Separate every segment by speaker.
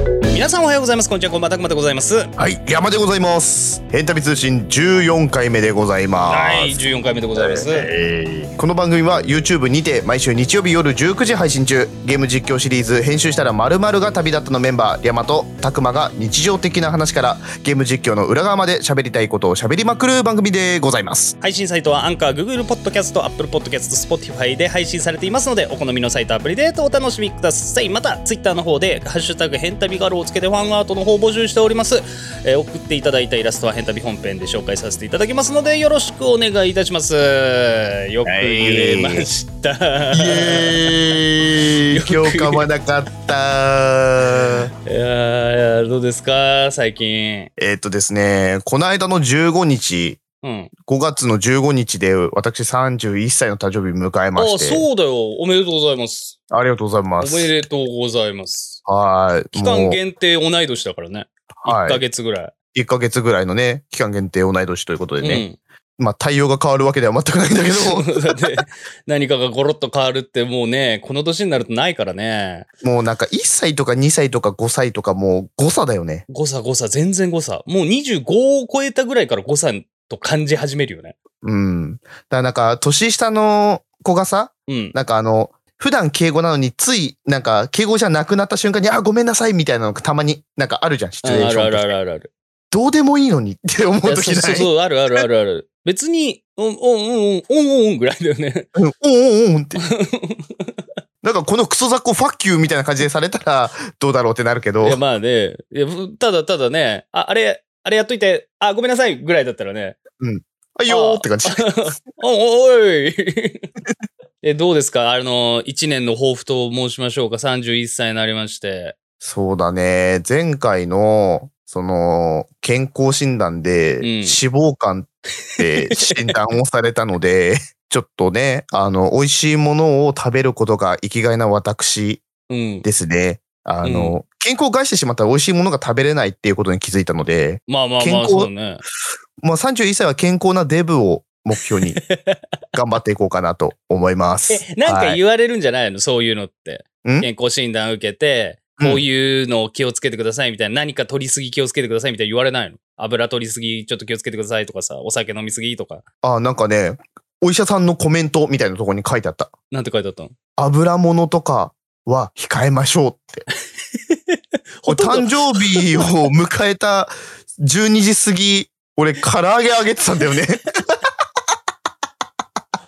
Speaker 1: ございます。こんにちは、こんばんは、たくまでございます。は
Speaker 2: はい、山でございます。ヘンタビ通信14回目でございます。
Speaker 1: い、十四回目でございます。
Speaker 2: えーこの番組は YouTube にて毎週日曜日夜19時配信中ゲーム実況シリーズ「編集したら〇〇が旅立った」のメンバーリャマとタクマが日常的な話からゲーム実況の裏側まで喋りたいことを喋りまくる番組でございます
Speaker 1: 配信サイトはアンカー、Google ポッドキャスト、Apple ポッドキャスト、Spotify で配信されていますので、お好みのサイトアプリでお楽しみください。また、Twitter の方で、ハッシュタグヘンタビガロをつけてファンアートの方を募集しております。えー送っていただいたイラストはヘンタビ本編で紹介させていただきますので、よろしくお願いいたします。よく言えました。
Speaker 2: イエーイ今日かまなかった
Speaker 1: いやーどうですか、最近。
Speaker 2: えーっとですねこの間の15日
Speaker 1: うん。
Speaker 2: 5月の15日で私31歳の誕生日迎え
Speaker 1: あ
Speaker 2: ま
Speaker 1: あ、
Speaker 2: して
Speaker 1: そうだよ。おめでとうございます。
Speaker 2: ありがとうございます
Speaker 1: おめでとうございます。
Speaker 2: はい
Speaker 1: 期間
Speaker 2: もう
Speaker 1: 限定同い年だからね。
Speaker 2: はい
Speaker 1: 1ヶ月ぐらい。
Speaker 2: 1ヶ月ぐらいのね、期間限定同い年ということでね、
Speaker 1: うん
Speaker 2: まあ対応が変わるわけでは全くないんだけど、
Speaker 1: そうだって何かがゴロッと変わるってもうね、この年になるとないからね。
Speaker 2: もうなんか1歳とか2歳とか5歳とかもう誤差だよね。
Speaker 1: 誤差誤差、全然誤差。もう25を超えたぐらいから誤差と感じ始めるよね。
Speaker 2: うん。だからなんか年下の子がさ、
Speaker 1: うん。
Speaker 2: なんかあの、普段敬語なのについ、なんか敬語じゃなくなった瞬間に、あ、ごめんなさいみたいなのがたまになんかあるじゃん、シ
Speaker 1: あ
Speaker 2: チュエー
Speaker 1: あ
Speaker 2: ショ
Speaker 1: る
Speaker 2: ン
Speaker 1: あ
Speaker 2: と
Speaker 1: るあ
Speaker 2: して。
Speaker 1: るあるある。
Speaker 2: どうでもいいのにって思う
Speaker 1: いや
Speaker 2: とき
Speaker 1: そう
Speaker 2: な
Speaker 1: そう
Speaker 2: い。
Speaker 1: そう、あるあるあるあ る。別に、おん、おん、おん、おん、おん、ぐらいだよね。
Speaker 2: うん、おんおんおんって。なんかこのクソ雑魚ファッキューみたいな感じでされたらどうだろうってなるけ
Speaker 1: い
Speaker 2: ど
Speaker 1: や、、まあね。いやただただね、あ、あれ、あれやっといて、あ、ごめんなさい、ぐらいだったらね、
Speaker 2: あいよーって感じ。
Speaker 1: おおい えどうですかあの1年の抱負と申しましょうか31歳になりまして
Speaker 2: そうだね。前回の、その、健康診断で、
Speaker 1: ん
Speaker 2: 脂肪肝って診断をされたので、ちょっとね、あの、美味しいものを食べることが生きがいな私
Speaker 1: うん
Speaker 2: ですね。あの、健康を害してしまったら美味しいものが食べれないっていうことに気づいたので、
Speaker 1: まあまあ
Speaker 2: 健
Speaker 1: まあ
Speaker 2: 康
Speaker 1: そうだね
Speaker 2: まあ31歳は健康なデブを目標 に頑張っていこうかなと思います。
Speaker 1: えなんか
Speaker 2: はい
Speaker 1: 言われるんじゃないのそういうのって
Speaker 2: ん
Speaker 1: 健康診断受けて
Speaker 2: うん
Speaker 1: こういうのを気をつけてくださいみたいな、何か取りすぎ気をつけてくださいみたいな言われないの油取りすぎちょっと気をつけてくださいとかさお酒飲みすぎとか
Speaker 2: あ、なんかね、お医者さんのコメントみたいなところに書いてあった。
Speaker 1: なんて書いてあったの
Speaker 2: 油物とかは控えましょうって。
Speaker 1: ほとん
Speaker 2: 誕
Speaker 1: ど
Speaker 2: 生日を迎えた12時過ぎ、俺唐揚げあげてたんだ よね。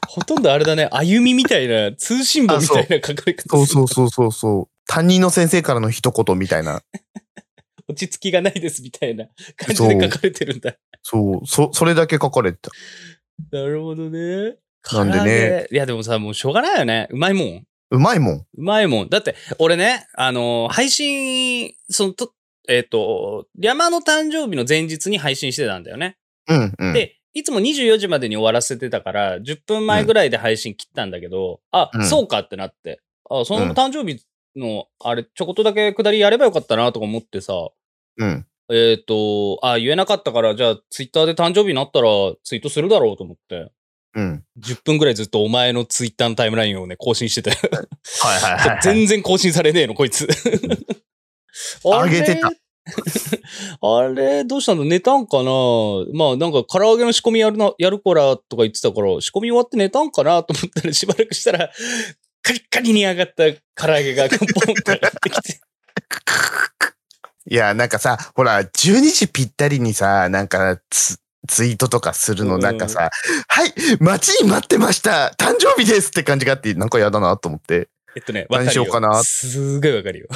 Speaker 1: ほとんどあれだね歩みみたいな通信簿みたいな書かれ方
Speaker 2: そう
Speaker 1: する
Speaker 2: そうそうそうそう。担任の先生からの一言みたいな。
Speaker 1: 落ち着きがないですみたいな感じで書かれてるんだ
Speaker 2: そう、そ、それだけ書かれてた。
Speaker 1: なるほどね。
Speaker 2: なん
Speaker 1: 唐
Speaker 2: でね
Speaker 1: 揚げ。いや、でもさ、もうしょうがないよね。うまいもん。
Speaker 2: うまいもん。
Speaker 1: うまいもん。だって、俺ね、あのー配信、そのと、えっ、と、山の誕生日の前日に配信してたんだよね。
Speaker 2: うんうん。
Speaker 1: で、いつも24時までに終わらせてたから、10分前ぐらいで配信切ったんだけど、あ、
Speaker 2: うん
Speaker 1: そうかってなって。あ、そ
Speaker 2: うん
Speaker 1: の誕生日の、あれ、ちょこっとだけ下りやればよかったなとか思ってさ、
Speaker 2: うん。
Speaker 1: えっ、と、あ、言えなかったから、じゃあ、ツイッターで誕生日になったら、ツイートするだろうと思って。
Speaker 2: うん。
Speaker 1: 10分ぐらいずっとお前のツイッターのタイムラインをね、更新してたよ。
Speaker 2: はいはいはい、はい。
Speaker 1: 全然更新されねえの、こいつ。
Speaker 2: 上げて た
Speaker 1: あれ。あれ、どうしたの寝たんかなまあなんか唐揚げの仕込みやるな、やるからとか言ってたから、仕込み終わって寝たんかなと思ったらしばらくしたら、カリッカリに上がった唐揚げ がポンって上がってきて。
Speaker 2: いや、なんかさ、ほら、12時ぴったりにさ、なんかツ、ツイートとかするの、
Speaker 1: うん
Speaker 2: なんかさ、はい、待ちに待ってました誕生日ですって感じがあって、なんかやだなと思って。
Speaker 1: えっとね、わかる
Speaker 2: 何しようかな
Speaker 1: すごいわかるよ。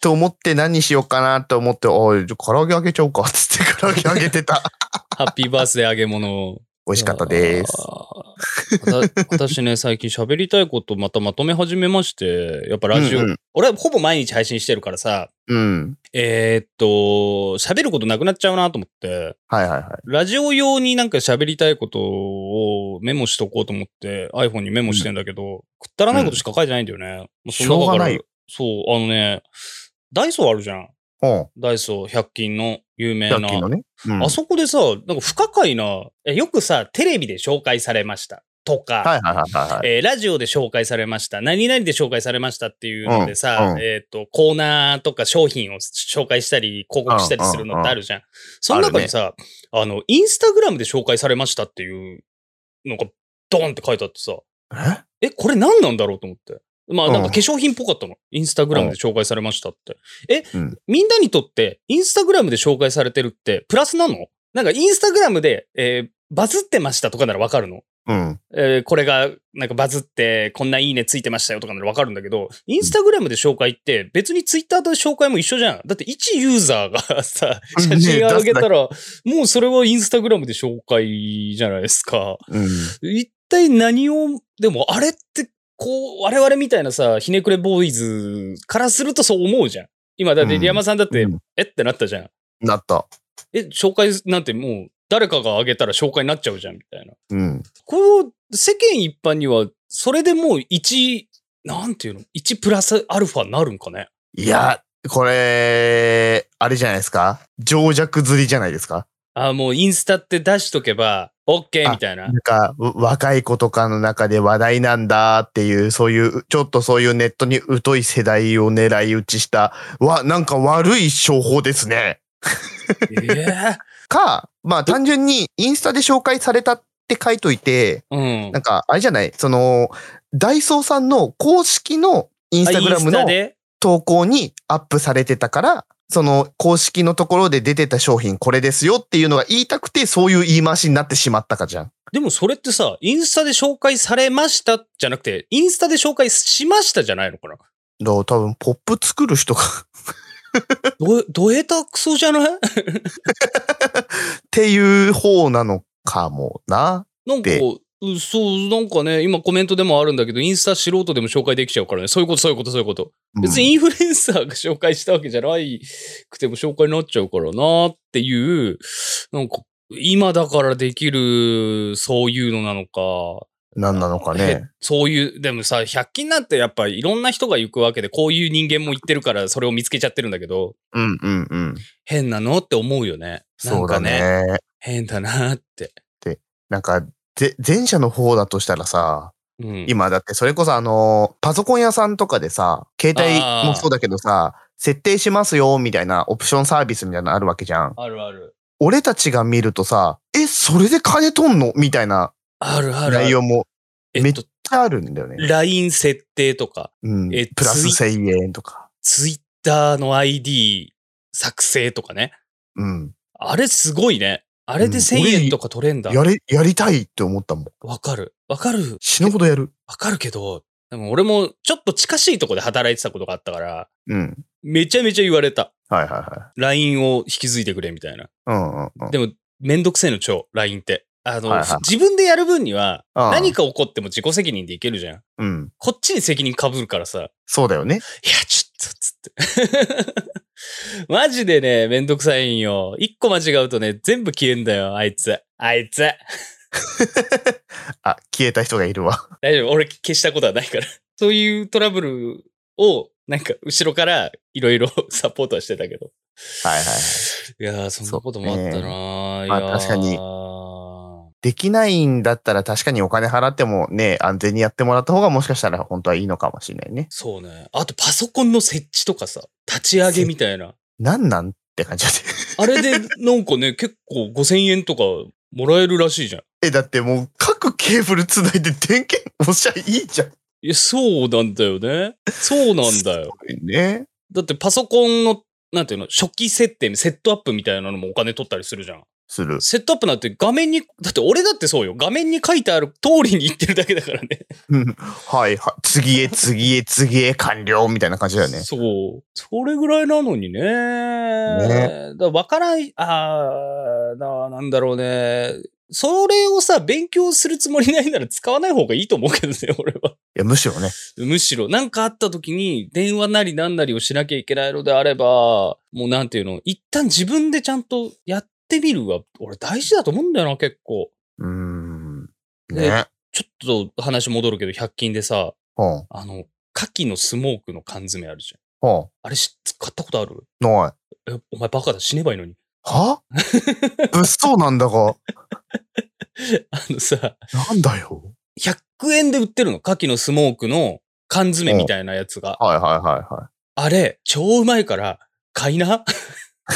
Speaker 2: と思って何しようかなと思って、ああ、じゃあ唐揚げあげちゃおうかっつって唐揚げあげ てた。
Speaker 1: ハッピーバースデー揚げ物を。
Speaker 2: 美味しかったです。
Speaker 1: あー。わた私ね、最近喋りたいことまたまとめ始めまして、やっぱラジオ、
Speaker 2: うんうん
Speaker 1: 俺はほぼ毎日配信してるからさ、
Speaker 2: うん。
Speaker 1: えーっと、喋ることなくなっちゃうなと思って、
Speaker 2: はいはいはい。
Speaker 1: ラジオ用になんか喋りたいことをメモしとこうと思って iPhone にメモしてんだけど、くったらないことしか書いてないんだよね。まあその中から
Speaker 2: しょうがないよ
Speaker 1: そう、あのね、ダイソーあるじゃん。
Speaker 2: うん。
Speaker 1: ダイソー100均の有名な。
Speaker 2: 百均のね。うん
Speaker 1: あそこでさ、なんか不可解な、えよくさ、テレビで紹介されました。とか、
Speaker 2: はいはいはいはいはい。
Speaker 1: えーラジオで紹介されました、何々で紹介されましたっていうのでさ、
Speaker 2: うんうん
Speaker 1: えっ、と、コーナーとか商品を紹介したり、広告したりするのってあるじゃん。その中にさ、あ,、の、インスタグラムで紹介されましたっていうのが、ドーンって書いてあってさ、
Speaker 2: え
Speaker 1: え、これ何なんだろうと思って。まあなん
Speaker 2: う
Speaker 1: か
Speaker 2: ん
Speaker 1: 化粧品っぽかったの。インスタグラムで紹介されましたって。え、
Speaker 2: うん
Speaker 1: みんなにとってインスタグラムで紹介されてるってプラスなのなんかインスタグラムで、えーバズってましたとかならわかるの。
Speaker 2: うん。
Speaker 1: えーこれがなんかバズってこんないいねついてましたよとかならわかるんだけど、インスタグラムで紹介って別にツイッターで紹介も一緒じゃん。だって一ユーザーが さ、写真あげたら、もうそれはインスタグラムで紹介じゃないですか。
Speaker 2: うん。
Speaker 1: 一体何を、でもあれって、こう、我々みたいなさ、ひねくれボーイズからするとそう思うじゃん。今、だって、
Speaker 2: うん
Speaker 1: リヤマさんだって、
Speaker 2: うん
Speaker 1: えってなったじゃん。
Speaker 2: なった。
Speaker 1: え、紹介なんてもう、誰かが上げたら紹介になっちゃうじゃん、みたいな。
Speaker 2: うん。
Speaker 1: こう、世間一般には、それでもう1、なんていうの ?1 プラスアルファになるんかね
Speaker 2: いや、これ、あれじゃないですか情弱釣りじゃないですか
Speaker 1: あーもうインスタって出しとけば、OK みたいな
Speaker 2: なん。か、わ若い子とかの中で話題なんだっていう、そういう、ちょっとそういうネットに疎い世代を狙い撃ちした、わ、なんか悪い商法ですね。
Speaker 1: ええ
Speaker 2: か、まあ単純にインスタで紹介されたって書いといて、
Speaker 1: うん
Speaker 2: な。んか、あれじゃない、その、ダイソーさんの公式のインスタグラム
Speaker 1: あインスタ
Speaker 2: の
Speaker 1: で
Speaker 2: 投稿にアップされてたから、その公式のところで出てた商品これですよっていうのが言いたくて、そういう言い回しになってしまったかじゃん。
Speaker 1: でもそれってさ、インスタで紹介されましたじゃなくて、インスタで紹介しましたじゃないのかな
Speaker 2: だから多分、ポップ作る人が、っ
Speaker 1: ど、ど下手くそじゃない
Speaker 2: ていう方なのかもな。
Speaker 1: なんか
Speaker 2: で、
Speaker 1: うそう、なんかね、今コメントでもあるんだけど、インスタ素人でも紹介できちゃうからね。そういうこと、そういうこと、そういうこと。
Speaker 2: うん
Speaker 1: 別にインフルエンサーが紹介したわけじゃないくても紹介になっちゃうからなっていう、なんか、今だからできる、そういうのなのか、
Speaker 2: 何なのかね。
Speaker 1: そういう、でもさ、100均なんてやっぱいろんな人が行くわけで、こういう人間も行ってるから、それを見つけちゃってるんだけど、
Speaker 2: うんうんうん。
Speaker 1: 変なのって思うよね。
Speaker 2: そうだ
Speaker 1: なんか
Speaker 2: ね。
Speaker 1: 変だなって。
Speaker 2: なんか、ぜ前者の方だとしたらさ、
Speaker 1: うん、
Speaker 2: 今だってそれこそあの、パソコン屋さんとかでさ、携
Speaker 1: あー
Speaker 2: 帯もそうだけどさ、設定しますよみたいなオプションサービスみたいなのあるわけじゃん。
Speaker 1: あるある。
Speaker 2: 俺たちが見るとさ、え、それで金取んのみたいな
Speaker 1: あるあるあ
Speaker 2: 内
Speaker 1: る。
Speaker 2: 容も
Speaker 1: え
Speaker 2: め
Speaker 1: っ
Speaker 2: っ
Speaker 1: と、
Speaker 2: あるんだよね。
Speaker 1: LINE 設定とか、
Speaker 2: うん
Speaker 1: え。
Speaker 2: プラス
Speaker 1: ツ
Speaker 2: 1000円とか。
Speaker 1: Twitter の ID 作成とかね。
Speaker 2: うん。
Speaker 1: あれすごいね。あれで
Speaker 2: うん
Speaker 1: 1000円とか取れんだ。
Speaker 2: やれ、やりたいって思ったもん。
Speaker 1: わかる。わかる。
Speaker 2: 死ぬほどやる。
Speaker 1: わかるけど、でも俺もちょっと近しいとこで働いてたことがあったから、
Speaker 2: うん。
Speaker 1: めちゃめちゃ言われた。
Speaker 2: はいは
Speaker 1: LINE を引き継いでくれみたいな。
Speaker 2: いはい。うんうんうん。
Speaker 1: でも、めんどくせえの超、LINE って。あの、
Speaker 2: はいはい
Speaker 1: 自分でやる分には、
Speaker 2: ああ
Speaker 1: 何か起こっても自己責任でいけるじゃん。
Speaker 2: うん。
Speaker 1: こっちに責任かぶるからさ、いや、
Speaker 2: そうだよね。
Speaker 1: ちょっと、つって。 マジでね、めんどくさいんよ。一個間違うとね、全部消えんだよ、あいつ。あいつ。
Speaker 2: あ、消えた人がいる わ。
Speaker 1: 大丈夫、俺消したことはないから。 そういうトラブルを、なんか、後ろからいろい ろサポートはしてたけど。
Speaker 2: はいはいはい
Speaker 1: いやー、そんなこともあったなー、
Speaker 2: そうねまあ
Speaker 1: いやー
Speaker 2: 確かにできないんだったら確かにお金払ってもね、安全にやってもらった方がもしかしたら本当はいいのかもしれないね。
Speaker 1: そうね。あと、パソコンの設置とかさ、立ち上げみたいな。
Speaker 2: なんなんって感じだって。
Speaker 1: あれで、なんかね、結構5000円とかもらえるらしいじゃん。
Speaker 2: え、だってもう各ケーブル繋いで電源押しゃいいじゃん。
Speaker 1: いや、そうなんだよね。そうなんだよ。
Speaker 2: ね。
Speaker 1: だってパソコンの、なんていうの、初期設定、セットアップみたいなのもお金取ったりするじゃん。
Speaker 2: する。
Speaker 1: セットアップなんて画面に、だって俺だってそうよ。画面に書いてある通りに言ってるだけだからね。
Speaker 2: うんはいはい。次へ次へ次へ完了みたいな感じだよね。
Speaker 1: そう。それぐらいなのにね。ねだわからない、あーな、なんだろうね。それをさ、勉強するつもりないなら使わない方がいいと思うけどね、 俺は。
Speaker 2: いや、むしろね。
Speaker 1: むしろ、なんかあった時に、電話なりなんなりをしなきゃいけないのであれば、もうなんていうの、一旦自分でちゃんとやってみるが、俺大事だと思うんだよな、結構。
Speaker 2: うーん。
Speaker 1: ね
Speaker 2: ね。
Speaker 1: ちょっと話戻るけど、100均でさ、
Speaker 2: ほん。
Speaker 1: あの、牡蠣のスモークの缶詰あるじゃん。
Speaker 2: ほ
Speaker 1: あれし、買ったことある
Speaker 2: ん。ない。
Speaker 1: え、お前バカだ、死ねばいいのに。
Speaker 2: は物騒なんだが。
Speaker 1: あのさ、
Speaker 2: なんだよ。
Speaker 1: 100円で売ってるの。牡蠣のスモークの缶詰みたいなやつが。
Speaker 2: はいはいはいは
Speaker 1: あれ、超うまいから、買いな。
Speaker 2: い。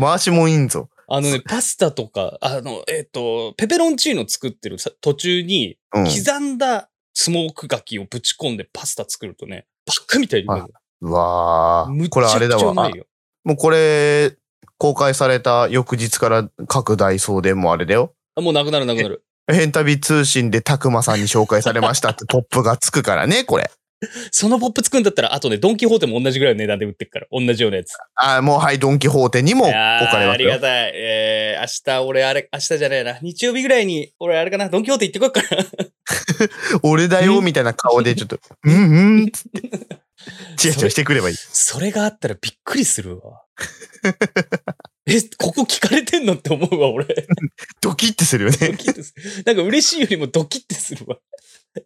Speaker 2: 回しもいいんぞ。
Speaker 1: あのね、パスタとか、あの、えっ、と、ペペロンチーノ作ってるさ途中に、
Speaker 2: うん。
Speaker 1: 刻んだスモークガキをぶち込んでパスタ作るとね、バカみたいにうまいの。
Speaker 2: うわ
Speaker 1: む
Speaker 2: ー。
Speaker 1: ち
Speaker 2: これあれ
Speaker 1: ゃ
Speaker 2: だ
Speaker 1: くちゃう
Speaker 2: わ。
Speaker 1: ま
Speaker 2: あ
Speaker 1: いよ。
Speaker 2: もうこれ、公開された翌日から各ダイソーでもうあれだよ。
Speaker 1: あもうなくなるなくなる。
Speaker 2: ヘンタビ通信でたくまさんに紹介されましたってポップがつくからね、これ。
Speaker 1: そのポップ作るんだったら、あとね、ドンキホーテも同じぐらいの値段で売ってるから、同じようなやつ。
Speaker 2: あーもうはい、ドンキホーテにも
Speaker 1: い
Speaker 2: 置
Speaker 1: やー
Speaker 2: かれま
Speaker 1: あ
Speaker 2: す
Speaker 1: り
Speaker 2: よ
Speaker 1: が。たい。えー、明日俺あれ、明日じゃねえな。日曜日ぐらいに、俺あれかな、ドンキホーテ行ってこっから。
Speaker 2: 俺だよ、みたいな顔でちょっと、うんうん、つ って、チヤチヤしてくればいい。
Speaker 1: それがあったらびっくりする わ。え、ここ聞かれてんのって思うわ、 俺。
Speaker 2: ドキッてするよ
Speaker 1: ド
Speaker 2: ね。
Speaker 1: キッてする。なんか嬉しいよりもドキッてするわ。 あ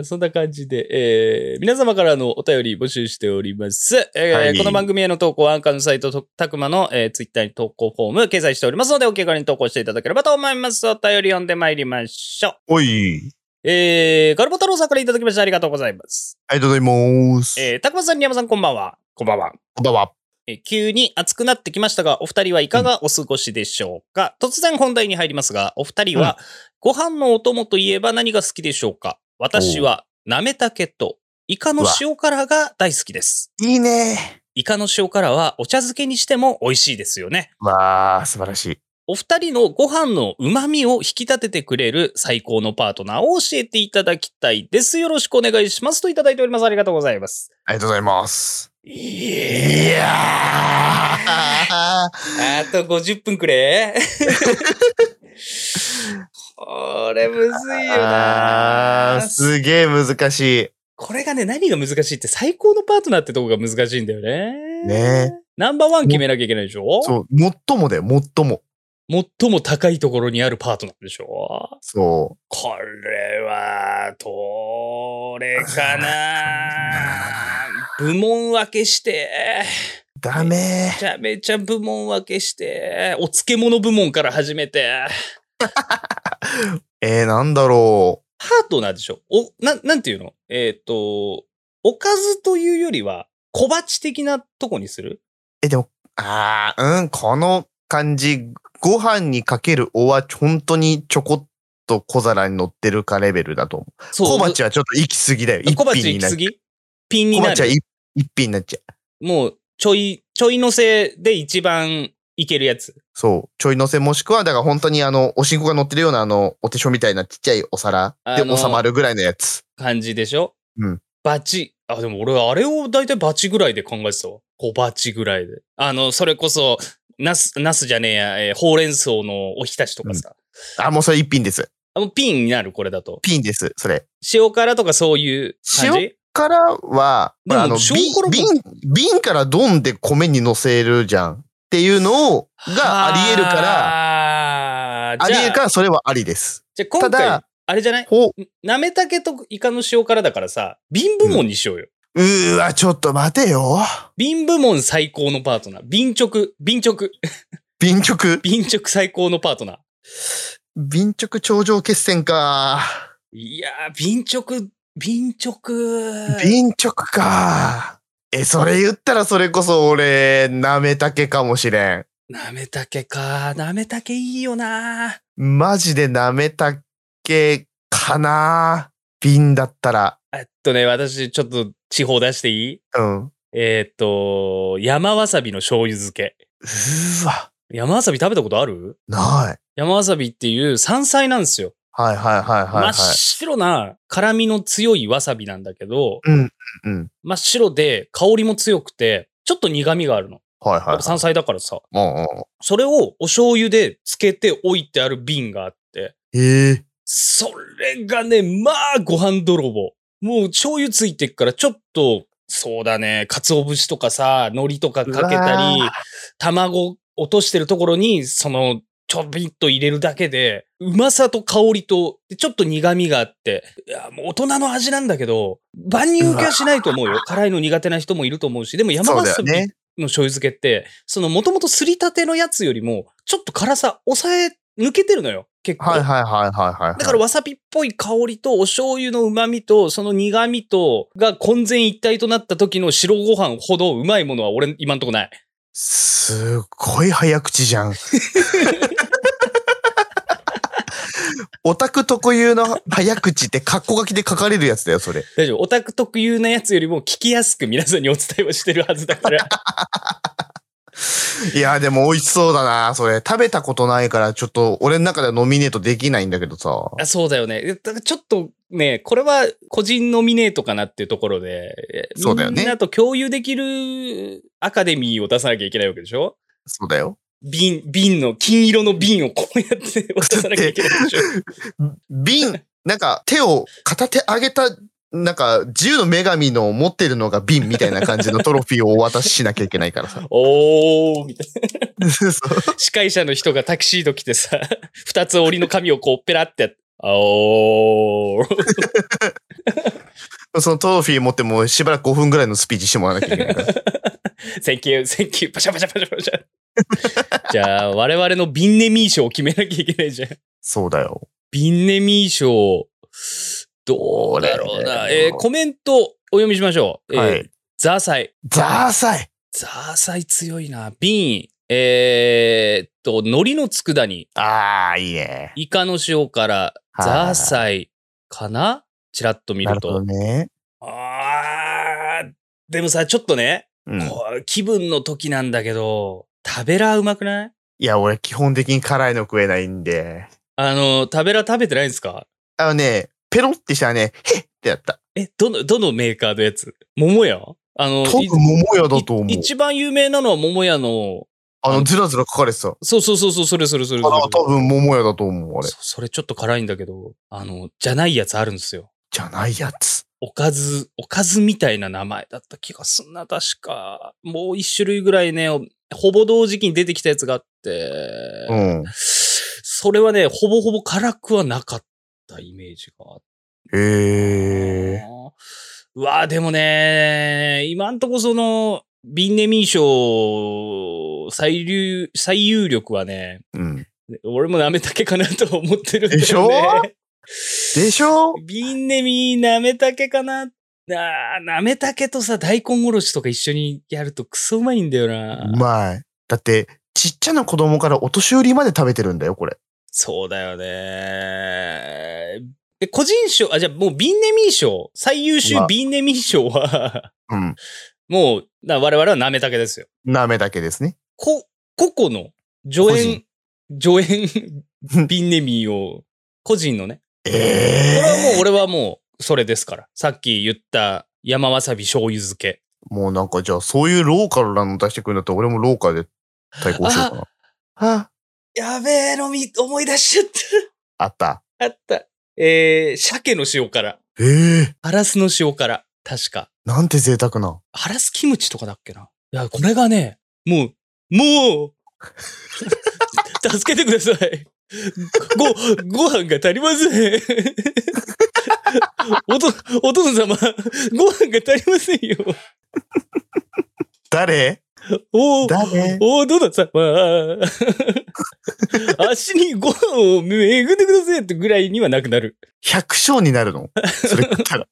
Speaker 1: ーそんな感じで、えー皆様からのお便り募集しております。えー
Speaker 2: はい
Speaker 1: この番組への投稿はアンカーのサイト、とたくまの、えー、ツイッターに投稿フォーム掲載しておりますので、お気軽に投稿していただければと思います。お便り読んでまいりましょう。
Speaker 2: おい。
Speaker 1: えー、ガルボ太郎さんからいただきましてありがとうございます。
Speaker 2: ありがとうございます。
Speaker 1: えー、たくまさん、にやまさん、こんばんは。こんばんは。
Speaker 2: こんばんは。
Speaker 1: えー急に暑くなってきましたが、お二人はいかがお過ごしでしょうか、突然本題に入りますが、お二人は、ご飯のお供といえば何が好きでしょうか私は、なめたけと、イカの塩辛が大好きです。
Speaker 2: いいね。
Speaker 1: イカの塩辛はお茶漬けにしても美味しいですよね。
Speaker 2: まあ、素晴らしい。
Speaker 1: お二人のご飯の旨味を引き立ててくれる最高のパートナーを教えていただきたいです。よろしくお願いします。といただいております。ありがとうございます。
Speaker 2: ありがとうございます。
Speaker 1: い
Speaker 2: いやー。
Speaker 1: あと50分くれ。これむずいよ
Speaker 2: あ
Speaker 1: な
Speaker 2: ー。すげえ難しい。
Speaker 1: これがね、何が難しいって最高のパートナーってとこが難しいんだよね。
Speaker 2: ね
Speaker 1: ナンバーワン決めなきゃいけないでしょ
Speaker 2: そう、最もだよ、最も。
Speaker 1: 最も高いところにあるパートナーでしょ
Speaker 2: そ
Speaker 1: これは、どれか な部門分けして。
Speaker 2: う。ダメ
Speaker 1: めちゃめちゃ部門分けして、お漬物部門から始めて、
Speaker 2: ー。えー、なんだろ
Speaker 1: パートナーでしょお、なん、なんていうのえっ、と、おかずというよりは、小鉢的なとこにする
Speaker 2: う。あー、うん、この感じ、ご飯にかけるおは、本当にちょこっと小皿に乗ってるかレベルだと思う。
Speaker 1: そう
Speaker 2: 小鉢はちょっと行き過ぎだよ。
Speaker 1: あ
Speaker 2: 一
Speaker 1: 小
Speaker 2: 品
Speaker 1: 鉢
Speaker 2: に
Speaker 1: 行
Speaker 2: な
Speaker 1: き過。
Speaker 2: る
Speaker 1: ぎピンに
Speaker 2: 小
Speaker 1: な
Speaker 2: 鉢は
Speaker 1: る。
Speaker 2: 一一品になっちゃう。
Speaker 1: もう、ちょい、ちょい乗せで一番いけるやつ。
Speaker 2: そう。ちょい乗せもしくは、だから本当にあの、おしんこが乗ってるようなあの、お手書みたいなちっちゃいお皿で
Speaker 1: あの
Speaker 2: 収まるぐらいのやつ。
Speaker 1: 感じでしょ
Speaker 2: うん。
Speaker 1: バチ。あ、でも俺はあれを大体バチぐらいで考えてたわ。小バチぐらいで。あの、それこそ、ナス、ナスじゃねえや、えーほうれん草のおひたしとかさ。
Speaker 2: あ、もうそれ一品です。
Speaker 1: あもうピンになる、これだと。
Speaker 2: ピンです、それ。
Speaker 1: 塩辛とかそういう感じ
Speaker 2: からは、
Speaker 1: でも
Speaker 2: あの、
Speaker 1: 小
Speaker 2: 瓶
Speaker 1: 頃も、
Speaker 2: 瓶、瓶からドンで米に乗せるじゃんっていうのを、があり得るから、
Speaker 1: ら。
Speaker 2: あり得るかららそれはありです。
Speaker 1: じゃあ今
Speaker 2: た
Speaker 1: 回
Speaker 2: だ、
Speaker 1: あれじゃない
Speaker 2: ほ、
Speaker 1: なめたけとイカの塩辛だからさ、瓶部門にしようよ。
Speaker 2: うーわ、ちょっと待てよ。
Speaker 1: 瓶部門最高のパートナー。瓶直、瓶直、
Speaker 2: 瓶直、
Speaker 1: 瓶直最高のパートナー。
Speaker 2: 瓶直頂上決戦か。
Speaker 1: いやー、瓶直、瓶直。
Speaker 2: 瓶直か。え、それ言ったらそれこそ俺、なめたけかもしれん。
Speaker 1: なめたけか。なめたけいいよな。
Speaker 2: マジでなめたけかな。瓶だったら。
Speaker 1: えっとね、私、ちょっと、地方出していい
Speaker 2: うん。う
Speaker 1: えーっと、山わさびの醤油漬け。
Speaker 2: ーわ、
Speaker 1: 山わさび食べたことある
Speaker 2: ない。
Speaker 1: 山わさびっていう山菜なんですよ。
Speaker 2: はいはいはいはい、はい。
Speaker 1: 真っ白な辛みの強いわさびなんだけど、
Speaker 2: うん、うん。
Speaker 1: 真っ白で香りも強くて、ちょっと苦味があるの。
Speaker 2: はいはい、
Speaker 1: や
Speaker 2: は
Speaker 1: っぱ山菜だからさ。
Speaker 2: い。も
Speaker 1: それをお醤油で漬けて置いてある瓶があって、
Speaker 2: う、ええ
Speaker 1: それがね、まあご飯泥棒。もう醤油ついてっからちょっと、そうだね、鰹節とかさ、海苔とかかけたり
Speaker 2: うわ、
Speaker 1: 卵落としてるところに、その、ちょびっと入れるだけで、うまさと香りと、でちょっと苦味があって、いや、もう大人の味なんだけど、万人受けはしないと思うよ。辛いの苦手な人もいると思うし、でも山
Speaker 2: そう
Speaker 1: わ
Speaker 2: だ
Speaker 1: さ
Speaker 2: よ
Speaker 1: び
Speaker 2: ね。
Speaker 1: の醤油漬けって、そのもともとすりたてのやつよりも、ちょっと辛さ抑え抜けてるのよ、結構。
Speaker 2: はいはいはいはいはい。
Speaker 1: だからわさびっぽい香りとお醤油の旨味とその苦味とが混然一体となった時の白ご飯ほどうまいものは俺今んとこない。
Speaker 2: すっごい早口じゃん。 オタク特有の早口ってカッコ書きで書かれるやつだよ、それ。
Speaker 1: 大丈夫。オタク特有なやつよりも聞きやすく皆さんにお伝えはしてるはずだから。
Speaker 2: いや、でも美味しそうだな、それ。食べたことないから、ちょっと俺の中ではノミネートできないんだけどさ。
Speaker 1: あそうだよね。だからちょっとね、これは個人ノミネートかなっていうところで、え
Speaker 2: そうだよね
Speaker 1: みんなと共有できるアカデミーを出さなきゃいけないわけでしょ
Speaker 2: そうだよ。
Speaker 1: 瓶、瓶の、金色の瓶をこうやって渡さなきゃいけないでしょ
Speaker 2: 瓶、なんか手を片手上げた、なんか自由の女神の持ってるのが瓶みたいな感じのトロフィーをお渡ししなきゃいけないか らさ。
Speaker 1: おー、みたい
Speaker 2: そう
Speaker 1: な。司会者の人がタキシード着てさ、 二つ折りの紙をこうペラってやっ、あおー。
Speaker 2: そのトロフィー持ってもしばらく5分ぐらいのスピーチしてもらわなきゃいけないから。
Speaker 1: Thank you, thank you. パシャパシャパシャパシャ。 じゃあ、我々のビンネミー賞を決めなきゃいけないじゃん。
Speaker 2: そうだよ。
Speaker 1: ビンネミー賞、どうだろう
Speaker 2: どうだろ
Speaker 1: な。
Speaker 2: う
Speaker 1: えーコメントお読みしましょう。えー
Speaker 2: はい。
Speaker 1: ザーサイ。
Speaker 2: ザーサイ。
Speaker 1: ザーサイ強いな。ビーン。えーっと、海苔の佃煮。
Speaker 2: ああ、いいね。
Speaker 1: イカの塩辛。
Speaker 2: はい
Speaker 1: ザーサイかなちらっと見
Speaker 2: な
Speaker 1: る
Speaker 2: るほ
Speaker 1: と。
Speaker 2: どね。
Speaker 1: あー、でもさ、ちょっとね、
Speaker 2: うん、い
Speaker 1: こう気分の時なんだけど、食べらうまくない
Speaker 2: や、俺基本的に辛いの食えないんで。
Speaker 1: あの、食べら食べてないんですか
Speaker 2: あのね、ペロってしたらね、へっってやった。
Speaker 1: え、どの、どのメーカーのやつ桃屋あの、
Speaker 2: 多
Speaker 1: い
Speaker 2: 分桃屋だと思う
Speaker 1: い。一番有名なのは桃屋の、
Speaker 2: あの、ずらずら書かれてた。
Speaker 1: そうそうそうそう、それそれそれ
Speaker 2: あ
Speaker 1: それ。
Speaker 2: の、多分桃屋だと思う、あれ
Speaker 1: そ。それちょっと辛いんだけど、あの、じゃないやつあるんですよ。
Speaker 2: じゃないやつ。
Speaker 1: おかず、おかずみたいな名前だった気がすんな、確か。もう一種類ぐらいね、ほぼ同時期に出てきたやつがあって、
Speaker 2: うん。
Speaker 1: それはね、ほぼほぼ辛くはなかったイメージがあって
Speaker 2: へえ。
Speaker 1: うわあでもね、今んとこその、ビンネミー賞最流、最有力はね、
Speaker 2: うん。
Speaker 1: 俺もなめたけかなと思ってるんだよね。
Speaker 2: でしょでしょ
Speaker 1: ビンネミーなめたけかなあーなめたけとさ、大根おろしとか一緒にやるとクソうまいんだよ
Speaker 2: う
Speaker 1: な。
Speaker 2: まい。だって、ちっちゃな子供からお年寄りまで食べてるんだよ、これ。
Speaker 1: そうだよね。え個人賞、あ、じゃあもうビンネミー賞、最優秀
Speaker 2: うわ
Speaker 1: ビンネミー賞は、
Speaker 2: うん。
Speaker 1: もう、な我々はなめたけですよ。
Speaker 2: なめだけですね。
Speaker 1: こ、個々の助演、助演
Speaker 2: うん
Speaker 1: ビンネミーを、個人のね。これ
Speaker 2: え
Speaker 1: はもう、
Speaker 2: え
Speaker 1: 俺はもう、それですから。さっき言った山わさび醤油漬け。
Speaker 2: もうなんかじゃあ、そういうローカルなの出してくるんだったら、俺もローカルで対抗しようかな。あ
Speaker 1: やべえのみ、思い出しちゃっ
Speaker 2: あった。
Speaker 1: た。あった。えー、鮭の塩辛。
Speaker 2: ええ
Speaker 1: ハラスの塩辛。確か。
Speaker 2: なんて贅沢な。
Speaker 1: ハラスキムチとかだっけな。いや、これがね、もう、 もう助けてください。ご、ご飯が足りません。 おと、お殿様、ご飯が足りませんよ。
Speaker 2: 誰
Speaker 1: おー
Speaker 2: 誰
Speaker 1: お殿様。 足にご飯をめぐってくださいってぐらいにはなくなる。
Speaker 2: 百姓になるのそれ食ったら。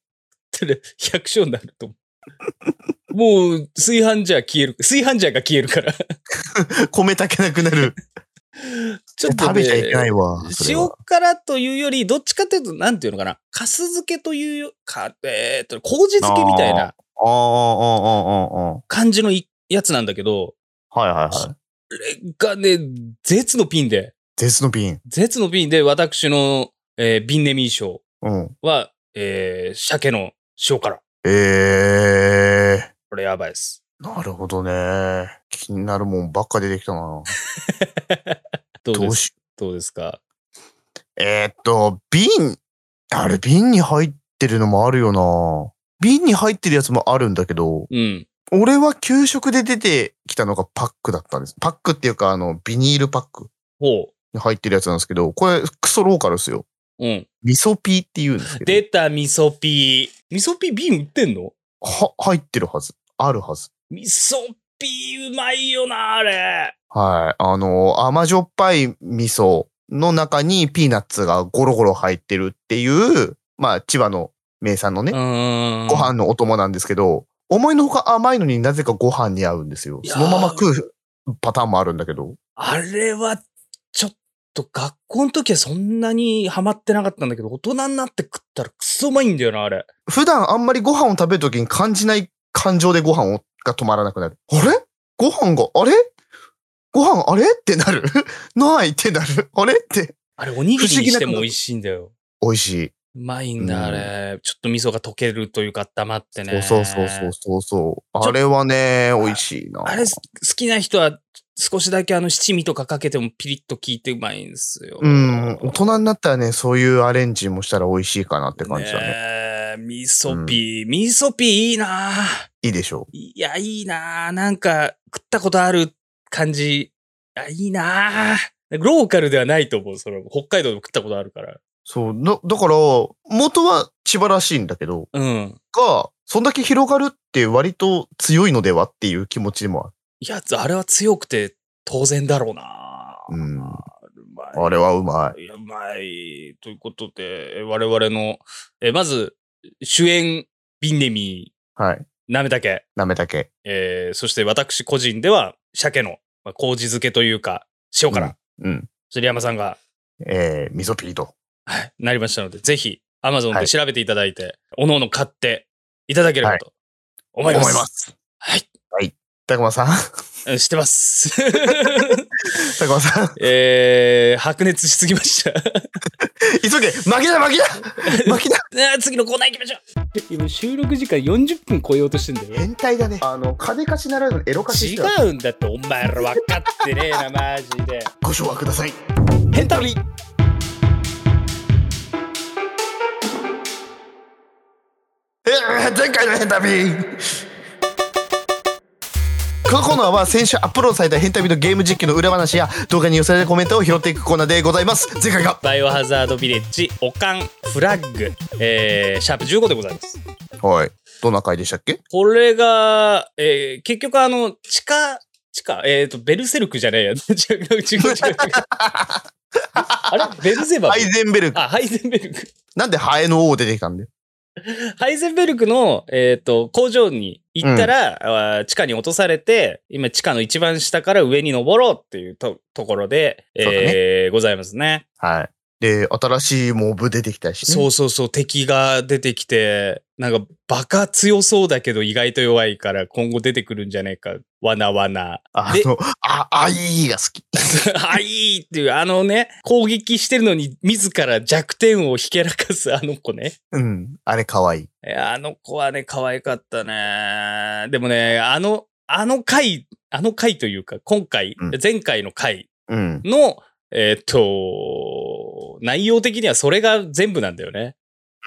Speaker 1: ただ、百姓になる と思う。もう、炊飯ジャー消える。炊飯ジャーが消えるから。
Speaker 2: 米炊けなくなる。
Speaker 1: ちょっと、ね、
Speaker 2: 食べちゃいけないわ。それ
Speaker 1: 塩
Speaker 2: は
Speaker 1: 辛というより、どっちかというと、なんていうのかな、かす漬けというよか、えーっと、麹漬けみたいな
Speaker 2: ああ、ああ、ああ、あ
Speaker 1: 感じのいやつなんだけど、
Speaker 2: あ。はいはいはい。
Speaker 1: これがね、絶のピンで、
Speaker 2: 絶のピン。
Speaker 1: 絶のピンで私の、えービンネミー賞
Speaker 2: うん。
Speaker 1: は、えー鮭の塩辛。
Speaker 2: ええ
Speaker 1: これやばいです。
Speaker 2: なるほどね。気になるもんばっか出てきたな。
Speaker 1: どう
Speaker 2: ど
Speaker 1: で
Speaker 2: う
Speaker 1: す
Speaker 2: し、
Speaker 1: どうですか
Speaker 2: えーっと、瓶。あれ、瓶に入ってるのもあるよな。瓶に入ってるやつもあるんだけど、
Speaker 1: うん。
Speaker 2: 俺は給食で出てきたのがパックだったんです。パックっていうか、あの、ビニールパック。
Speaker 1: ほ
Speaker 2: に入ってるやつなんですけど、これクソローカルですよ。
Speaker 1: う。うん。
Speaker 2: 味噌ピーって言うんですけど。
Speaker 1: 出た、味噌ピー。味噌ピー瓶売ってんの
Speaker 2: は、入ってるはず。あるはず。
Speaker 1: 味噌ピーうまいよな、あれ。
Speaker 2: はい。あの、甘じょっぱい味噌の中にピーナッツがゴロゴロ入ってるっていう、まあ、千葉の名産のね、ご
Speaker 1: ご
Speaker 2: 飯のお供なんですけど、思いのほか甘いのになぜかご飯に合うんですよ。
Speaker 1: いやー
Speaker 2: そのまま食うパターンもあるんだけど。
Speaker 1: あれは、ちょっと学校の時はそんなにハマってなかったんだけど、大人になって食ったらクソうまいんだよな、あれ。
Speaker 2: 普段あんまりご飯を食べるときに感じない感情でご飯をが止まらなくなる。あれご飯が、あれご飯あれってなる。 ないってなる。あれって。
Speaker 1: あれ、おにぎりにしても美味しいんだよ。
Speaker 2: 美味しい。
Speaker 1: うまいんだ、あれ。ちょっと味噌が溶けるというか、温まってね。
Speaker 2: そうそうそうそうそう。あれはね、美味しいな。
Speaker 1: あれ、好きな人は少しだけあの七味とかかけてもピリッと効いてうまいんですよ。
Speaker 2: うん、大人になったらね、そういうアレンジもしたら美味しいかなって感じだね。
Speaker 1: ねえ味噌ピー、味噌ピーいいない
Speaker 2: いでしょ
Speaker 1: いや、いいなぁ。なんか、食ったことある感じ。いや、いいなぁ。ローカルではないと思う。その、北海道でも食ったことあるから。
Speaker 2: そう。だだから、元は千葉らしいんだけど、
Speaker 1: うん。
Speaker 2: が、そんだけ広がるって割と強いのではっていう気持ちもある。
Speaker 1: いや、あれは強くて当然だろうなぁ。
Speaker 2: うん
Speaker 1: うまい。
Speaker 2: あれはうまい。
Speaker 1: いやうまい。ということで、え我々の、えまず、主演、ビンネミ
Speaker 2: はい。
Speaker 1: ー、なめたけ、
Speaker 2: なめたけ。
Speaker 1: えーそして私個人では、鮭の、まあ、麹漬けというか、塩辛、
Speaker 2: うん。
Speaker 1: 釣り山さんが
Speaker 2: えー、みそピリと。
Speaker 1: はい、なりましたので、ぜひ、アマゾン
Speaker 2: は
Speaker 1: で
Speaker 2: い
Speaker 1: 調べていただいて、おのおの買っていただければと思います。
Speaker 2: す。
Speaker 1: はい、
Speaker 2: たくまさん
Speaker 1: うん知ってます。
Speaker 2: たくまさん
Speaker 1: えー、白熱しすぎました。
Speaker 2: 急げ巻きだ巻きだ巻 きだ
Speaker 1: あー次のコーナー行きましょう。今、収録時間40分超えようとしてんだ。
Speaker 2: 変態だね。あの、金貸しならぬエロ貸し
Speaker 1: 違
Speaker 2: しては
Speaker 1: うんだって、お前ら分かってねえ な、マジで。
Speaker 2: ご唱和ください。
Speaker 1: ヘンタリ
Speaker 2: えー前回の変旅このコーナーは先週アップロードされた変旅のゲーム実況の裏話や動画に寄せられたコメントを拾っていくコーナーでございます前回が
Speaker 1: バイオハザードビレッジ、オカン、フラッグ、えー、シャープ15でございます。
Speaker 2: はいどんな回でしたっけ
Speaker 1: これが、えー結局あの、地下、地下、えっ、と、ベルセルクじゃねえや。違 う、違う、違う。違うあれベルゼバ
Speaker 2: ハ
Speaker 1: ー
Speaker 2: イゼンベルク
Speaker 1: あ、ハイゼンベルク。
Speaker 2: なんでハエの王出てきたんだよ
Speaker 1: ハイゼンベルクの、えっ、と、工場に行ったら、あー地下に落とされて、今地下の一番下から上に登ろうっていうとところで、え
Speaker 2: そうだ
Speaker 1: ーございますね。
Speaker 2: はいで新しいモブ出てきたし、ね、
Speaker 1: そうそうそう、敵が出てきて、なんか、バカ強そうだけど意外と弱いから、今後出てくるんじゃねえか。わなわな。
Speaker 2: あ
Speaker 1: で
Speaker 2: のああいいが好き
Speaker 1: あ、いいっていう、あのね、攻撃してるのに自ら弱点をひけらかすあの子ね。
Speaker 2: うんあれ可愛い
Speaker 1: いやあの子はね、可愛かったね。でもね、あの、あの回、あの回というか、今回、
Speaker 2: うん
Speaker 1: 前回の回
Speaker 2: うん
Speaker 1: の、えーっと、内容的にはそれが全部なんだよね。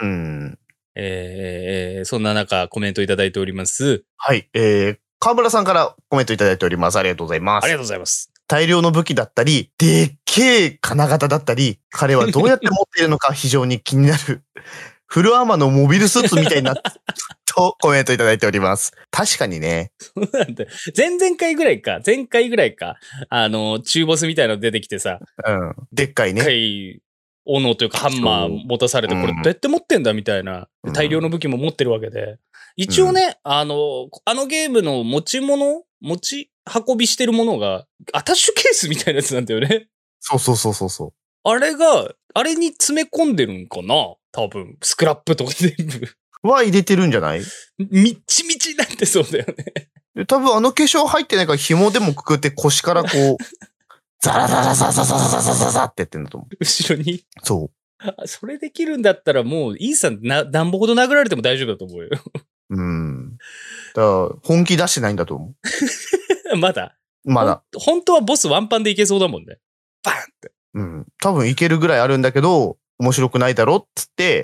Speaker 2: うん
Speaker 1: えーえーえーそんな中、コメントいただいております。
Speaker 2: はいえー河村さんからコメントいただいておりますありがとうござい
Speaker 1: あ
Speaker 2: ます
Speaker 1: りがとうございます。
Speaker 2: 大量の武器だったり、でっけえ金型だったり、彼はどうやって持っているのか 非常に気になる。フルアーマーのモビルスーツみたいになって、とコメントいただいております。確かにね。
Speaker 1: なんて前々回ぐらいか、前回ぐらいか、あの、中ボスみたいなの出てきてさ、
Speaker 2: うん。でっかい
Speaker 1: でっか
Speaker 2: ね。
Speaker 1: い斧というかハンマー持たされて、
Speaker 2: そう
Speaker 1: これ
Speaker 2: う
Speaker 1: ど
Speaker 2: ん
Speaker 1: うやって持ってんだみたいな
Speaker 2: う、ん
Speaker 1: 大量の武器も持ってるわけで。一応ね、あの、あのゲームの持ち物、持ち運びしてるものが、アタッシュケースみたいなやつなんだよね。
Speaker 2: そうそうそうそうそう。
Speaker 1: あれが、あれに詰め込んでるんかな多分、スクラップとか全部。
Speaker 2: は入れてるんじゃない
Speaker 1: みっちみちになってそうだよね。
Speaker 2: で多分あの化粧入ってないから紐でもくくって腰からこう、 ザラザラザラザラザラザラザラザってやってんだと思
Speaker 1: 後ろに。
Speaker 2: う。そ
Speaker 1: あそれできるんだったらもう、イーさんな、なんぼほど殴られても大丈夫だと思うよ。
Speaker 2: う。うん。だから本気出してないんだと思
Speaker 1: まだ。
Speaker 2: う。まだ。
Speaker 1: ほん本当はボスワンパンでいけそうだもんね。バーンって。
Speaker 2: うん。多分いけるぐらいあるんだけど、面白くないだろっつ って、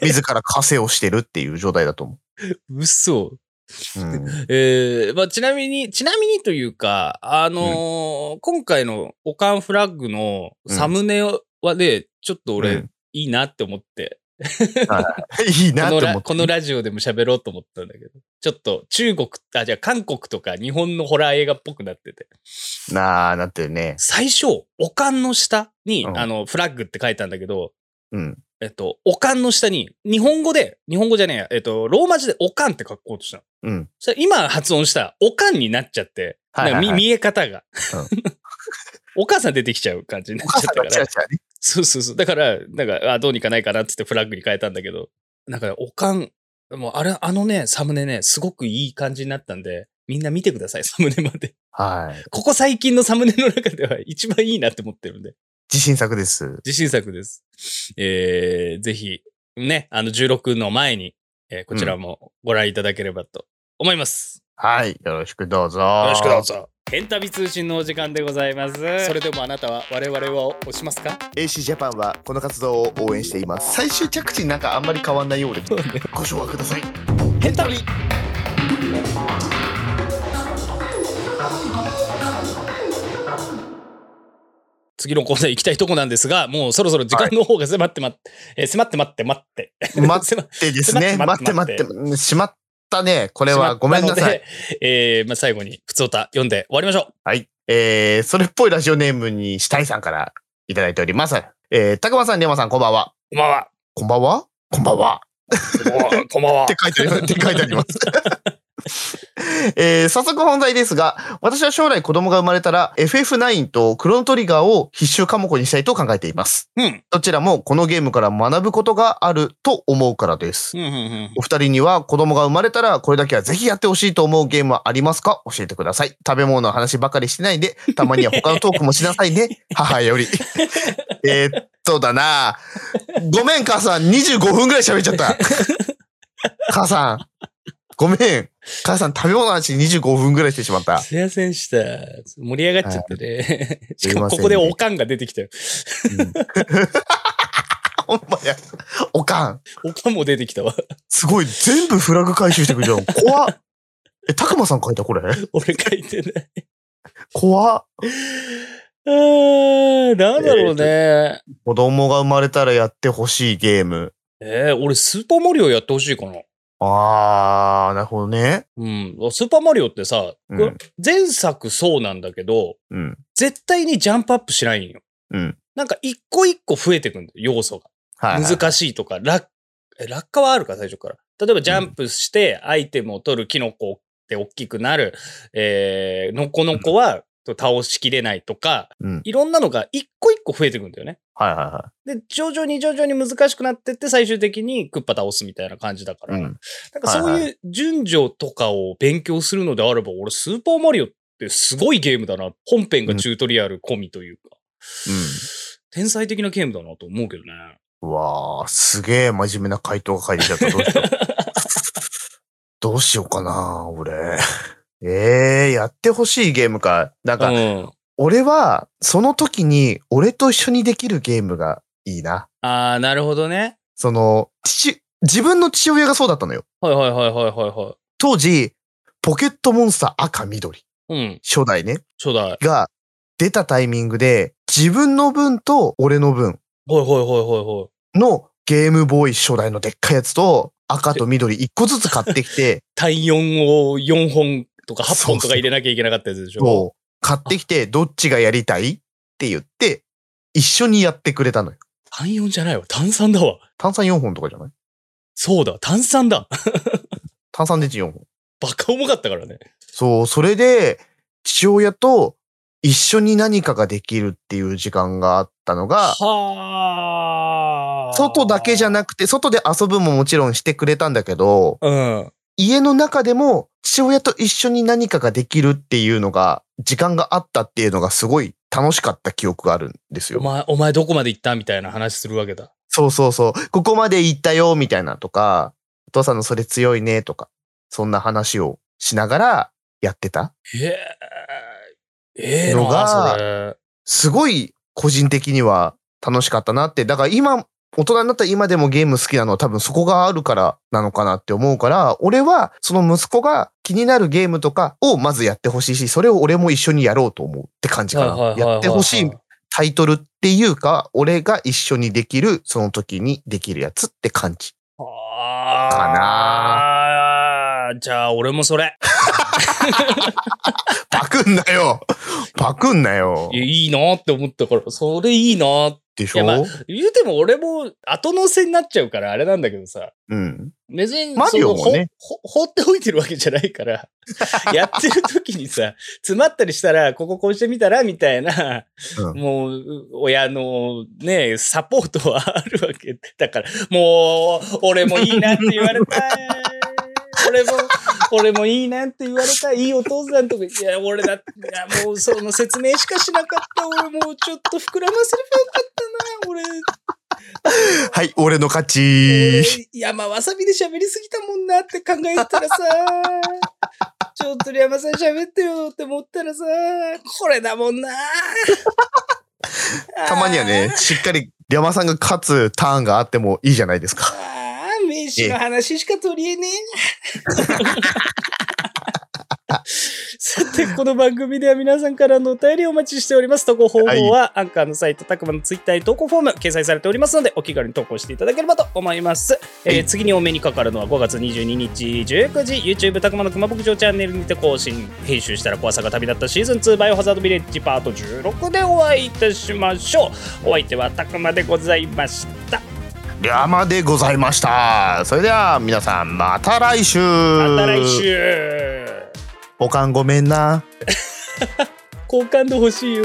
Speaker 2: 自ら稼をしてるっていう状態だと思
Speaker 1: 嘘。
Speaker 2: う。うん。
Speaker 1: えーまあ、ちなみに、ちなみにというか、あのー今回のオカンフラッグのサムネはね、ちょっと俺、
Speaker 2: うん
Speaker 1: いいなって思って、
Speaker 2: いいな
Speaker 1: ことの
Speaker 2: 思
Speaker 1: ラ
Speaker 2: って。
Speaker 1: このラジオでも喋ろうと思ったんだけど、ちょっと中国、あ、じゃあ韓国とか日本のホラー映画っぽくなってて、
Speaker 2: なあ、なってるね。
Speaker 1: 最初、オカンの下、に、
Speaker 2: うん
Speaker 1: あの、フラッグって書いたんだけど、
Speaker 2: うん。
Speaker 1: えっと、おかんの下に、日本語で、日本語じゃねえや、えっと、ローマ字でおかんって書こうとしたの。
Speaker 2: うん。
Speaker 1: それ今発音したら、おかんになっちゃって、
Speaker 2: はいはいはい
Speaker 1: なんか見見え方が。 お母さん出てきちゃう感じになっ
Speaker 2: お
Speaker 1: ちゃ
Speaker 2: 母
Speaker 1: ったか
Speaker 2: さんがチ
Speaker 1: ら
Speaker 2: ラ。チラね。
Speaker 1: そうそうそう。だから、なんか、あ、どうにかないかなっつってフラッグに変えたんだけど、なんか、おかん、もう、あれ、あのね、サムネね、すごくいい感じになったんで、みんな見てください、サムネまで。
Speaker 2: はい。
Speaker 1: ここ最近のサムネの中では一番いいなって思ってるんで、
Speaker 2: 自信作です。
Speaker 1: 自信作です。えー、ぜひ、ね、あの、16の前に、えーこちらもご覧いただければと思います。
Speaker 2: はい。よろしくどうぞ。
Speaker 1: よ
Speaker 2: よ
Speaker 1: ろしくどう。ぞ。エンタビ通信のお時間でございます。それでもあなたは我々は押しますか
Speaker 2: AC ジャパンはこの活動を応援しています。最終着地なんかあんまり変わんないようで。ご紹介ください。
Speaker 1: ヘンタビ次のコーナー行きたいとこなんですが、もうそろそろ時間の方が迫ってまっ、えー迫って待って待って。
Speaker 2: 待
Speaker 1: 迫
Speaker 2: ってですね。
Speaker 1: 待
Speaker 2: 待
Speaker 1: っ
Speaker 2: ってて
Speaker 1: 待
Speaker 2: 待
Speaker 1: っ
Speaker 2: ってて。うんしまったね。こ れはごめんな
Speaker 1: しまっ
Speaker 2: さ
Speaker 1: たの
Speaker 2: い
Speaker 1: で。。えーまあ、最後に、普通歌読んで終わりましょう。
Speaker 2: はい。えー、それっぽいラジオネームにしたいさんからいただいております。えー、たくまさん、りまさん、こんばんは。
Speaker 1: こんばん は。
Speaker 2: こんばんはこんばんは。
Speaker 1: こんばんは
Speaker 2: って。書いてあ りって書いてあります。 えー早速本題ですが、私は将来子供が生まれたら FF9 とクロノトリガーを必修科目にしたいと考えています。
Speaker 1: うん。
Speaker 2: どちらもこのゲームから学ぶことがあると思うからです
Speaker 1: う。んうんうん。
Speaker 2: お二人には子供が生まれたらこれだけはぜひやってほしいと思うゲームはありますか教えてください。食べ物の話ばかりしてないで、たまには他のトークもしなさいね。 母より。えーっとだなごめん、母さん。25分ぐらい喋っちゃった。母さん。ごめん。母さん、食べ物の話25分ぐらいしてしまった。
Speaker 1: すいませんでした。盛り上がっちゃってね。
Speaker 2: い
Speaker 1: しかもここでおかんが出てきたよ。
Speaker 2: ほんまや。おかん。
Speaker 1: おかんも出てき たわ。
Speaker 2: すごい。全部フラグ回収してくるじゃん。怖っ。え、たくまさん書いたこれ
Speaker 1: 俺書いてない。
Speaker 2: 怖っ。
Speaker 1: あーなんだろうね。
Speaker 2: 子供が生まれたらやってほしいゲーム。
Speaker 1: えー、俺スーパーマリオやってほしいかな。
Speaker 2: あー、なるほどね。
Speaker 1: うん。スーパーマリオってさ、
Speaker 2: うん
Speaker 1: 前作そうなんだけど、
Speaker 2: うん。
Speaker 1: 絶対にジャンプアップしないんよ。
Speaker 2: うん。
Speaker 1: なんか一個一個増えてくんだよ、要素が。
Speaker 2: はい、はい。
Speaker 1: 難しいとか、落え落下はあるか、最初から。例えばジャンプして、アイテムを取るキノコって大きくなる、えー、ノコノコは倒しきれないとか、
Speaker 2: うん
Speaker 1: いろんなのが一個一個増えてくんだよね。
Speaker 2: はいは
Speaker 1: で、徐々に徐々に難しくなってって、最終的にクッパ倒すみたいな感じだか
Speaker 2: いは
Speaker 1: ら、
Speaker 2: い。う
Speaker 1: なん
Speaker 2: ん。
Speaker 1: かそう
Speaker 2: はい
Speaker 1: いう順序とかを勉強するのであれば、俺、スーパーマリオってすごいゲームだな。本編がチュートリアル込みというか、天才的なゲームだなと思うけどね。
Speaker 2: うわー、すげー真面目な回答が書いてきちゃった。どう しよう。どうしようかな、俺。えー、やってほしいゲームか。なんか、
Speaker 1: うん、
Speaker 2: 俺は、その時に、俺と一緒にできるゲームがいいな。
Speaker 1: ああ、なるほどね。
Speaker 2: その、父、自分の父親がそうだったのよ。
Speaker 1: はいはいはいはいはいは
Speaker 2: 当時、ポケットモンスター赤緑。
Speaker 1: い。うん、
Speaker 2: 初代ね。
Speaker 1: 初代。はい
Speaker 2: が出たタイミングで、自分の分と俺の分
Speaker 1: はいはいはいはい。
Speaker 2: のゲームボーイ初代のでっかいやつと赤と緑1個ずつ買って きて、
Speaker 1: 単4を4本とか8
Speaker 2: そうそ
Speaker 1: 本
Speaker 2: う
Speaker 1: とか入れなきゃいけなかったやつでしょ。
Speaker 2: こう買ってきて、どっちがやりたいって言って、一緒にやってくれたのよ。
Speaker 1: 単4じゃないわ。単3だわ。
Speaker 2: 炭酸4本とかじゃない
Speaker 1: そうだ、単3だ。
Speaker 2: 炭酸電池4本。
Speaker 1: バカ重かったからね。
Speaker 2: そう、それで、父親と一緒に何かができるっていう時間があったのが、
Speaker 1: はあ。
Speaker 2: 外だけじゃなくて、外で遊ぶももちろんしてくれたんだけど、
Speaker 1: うん。
Speaker 2: 家の中でも父親と一緒に何かができるっていうのが、時間があったっていうのがすごい楽しかった記憶があるんです
Speaker 1: お
Speaker 2: よ。
Speaker 1: 前、お前どこまで行ったみたいな話するわけだ。
Speaker 2: そうそうそう。ここまで行ったよ、みたいなとか、お父さんのそれ強いね、とか、そんな話をしながらやってた。
Speaker 1: へえ。ええ
Speaker 2: のが
Speaker 1: な、それ。
Speaker 2: すごい個人的には楽しかったなって。だから今、大人になった今でもゲーム好きなのは多分そこがあるからなのかなって思うから、俺はその息子が気になるゲームとかをまずやってほしいし、それを俺も一緒にやろうと思うって感じかな。やってほしいタイトルっていうか、俺が一緒にできる、その時にできるやつって感じ。
Speaker 1: ああ。
Speaker 2: か
Speaker 1: じゃあ、俺もそれ。
Speaker 2: パクんな よパクんなよ
Speaker 1: いやいいなって思ったから、それいいなって
Speaker 2: でし
Speaker 1: いや
Speaker 2: ょ、
Speaker 1: まあ言うても俺も後乗せになっちゃうからあれなんだけどさ。
Speaker 2: うん。
Speaker 1: 別に、
Speaker 2: マリオもね
Speaker 1: そのほほ放っておいてるわけじゃない から、やってる時にさ、詰まったりしたら、こここうしてみたら、みたいな、
Speaker 2: うん
Speaker 1: もう、親のね、サポートはあるわけだから、もう、俺もいいなって言われたい。俺も、俺もいいなって言われたい。いいお父さんとか、いや、俺だって、いや、もうその説明しかしなかった。俺もうちょっと膨らませればよかったな。俺、
Speaker 2: はい、俺の勝
Speaker 1: 俺
Speaker 2: ち。
Speaker 1: 山わさびで喋りすぎたもんなって考えてたら さちょっと山さん喋ってよって思ったらさこれだもんな
Speaker 2: たまにはね、しっかり山さんが勝つターンがあってもいいじゃないですか。
Speaker 1: あー名刺の話しか取りえねえ。さて、この番組では皆さんからのお便りをお待ちしております。投稿方法は、アンカーのサイト、たくまのツイッターに投稿フォーム掲載されておりますので、お気軽に投稿していただければと思います。えー
Speaker 2: はい
Speaker 1: 次にお目にかかるのは5月22日19時、YouTube たくまの熊牧場チャンネルにて更新、編集したら怖さが旅立ったシーズン2バイオハザードビレッジパート16でお会いいたしましょう。お相手はたくまでございました。
Speaker 2: 山でございました。それでは皆さん、また来週。
Speaker 1: また
Speaker 2: ま
Speaker 1: 来。週
Speaker 2: 保管ごめんな。
Speaker 1: 好感度欲しいよ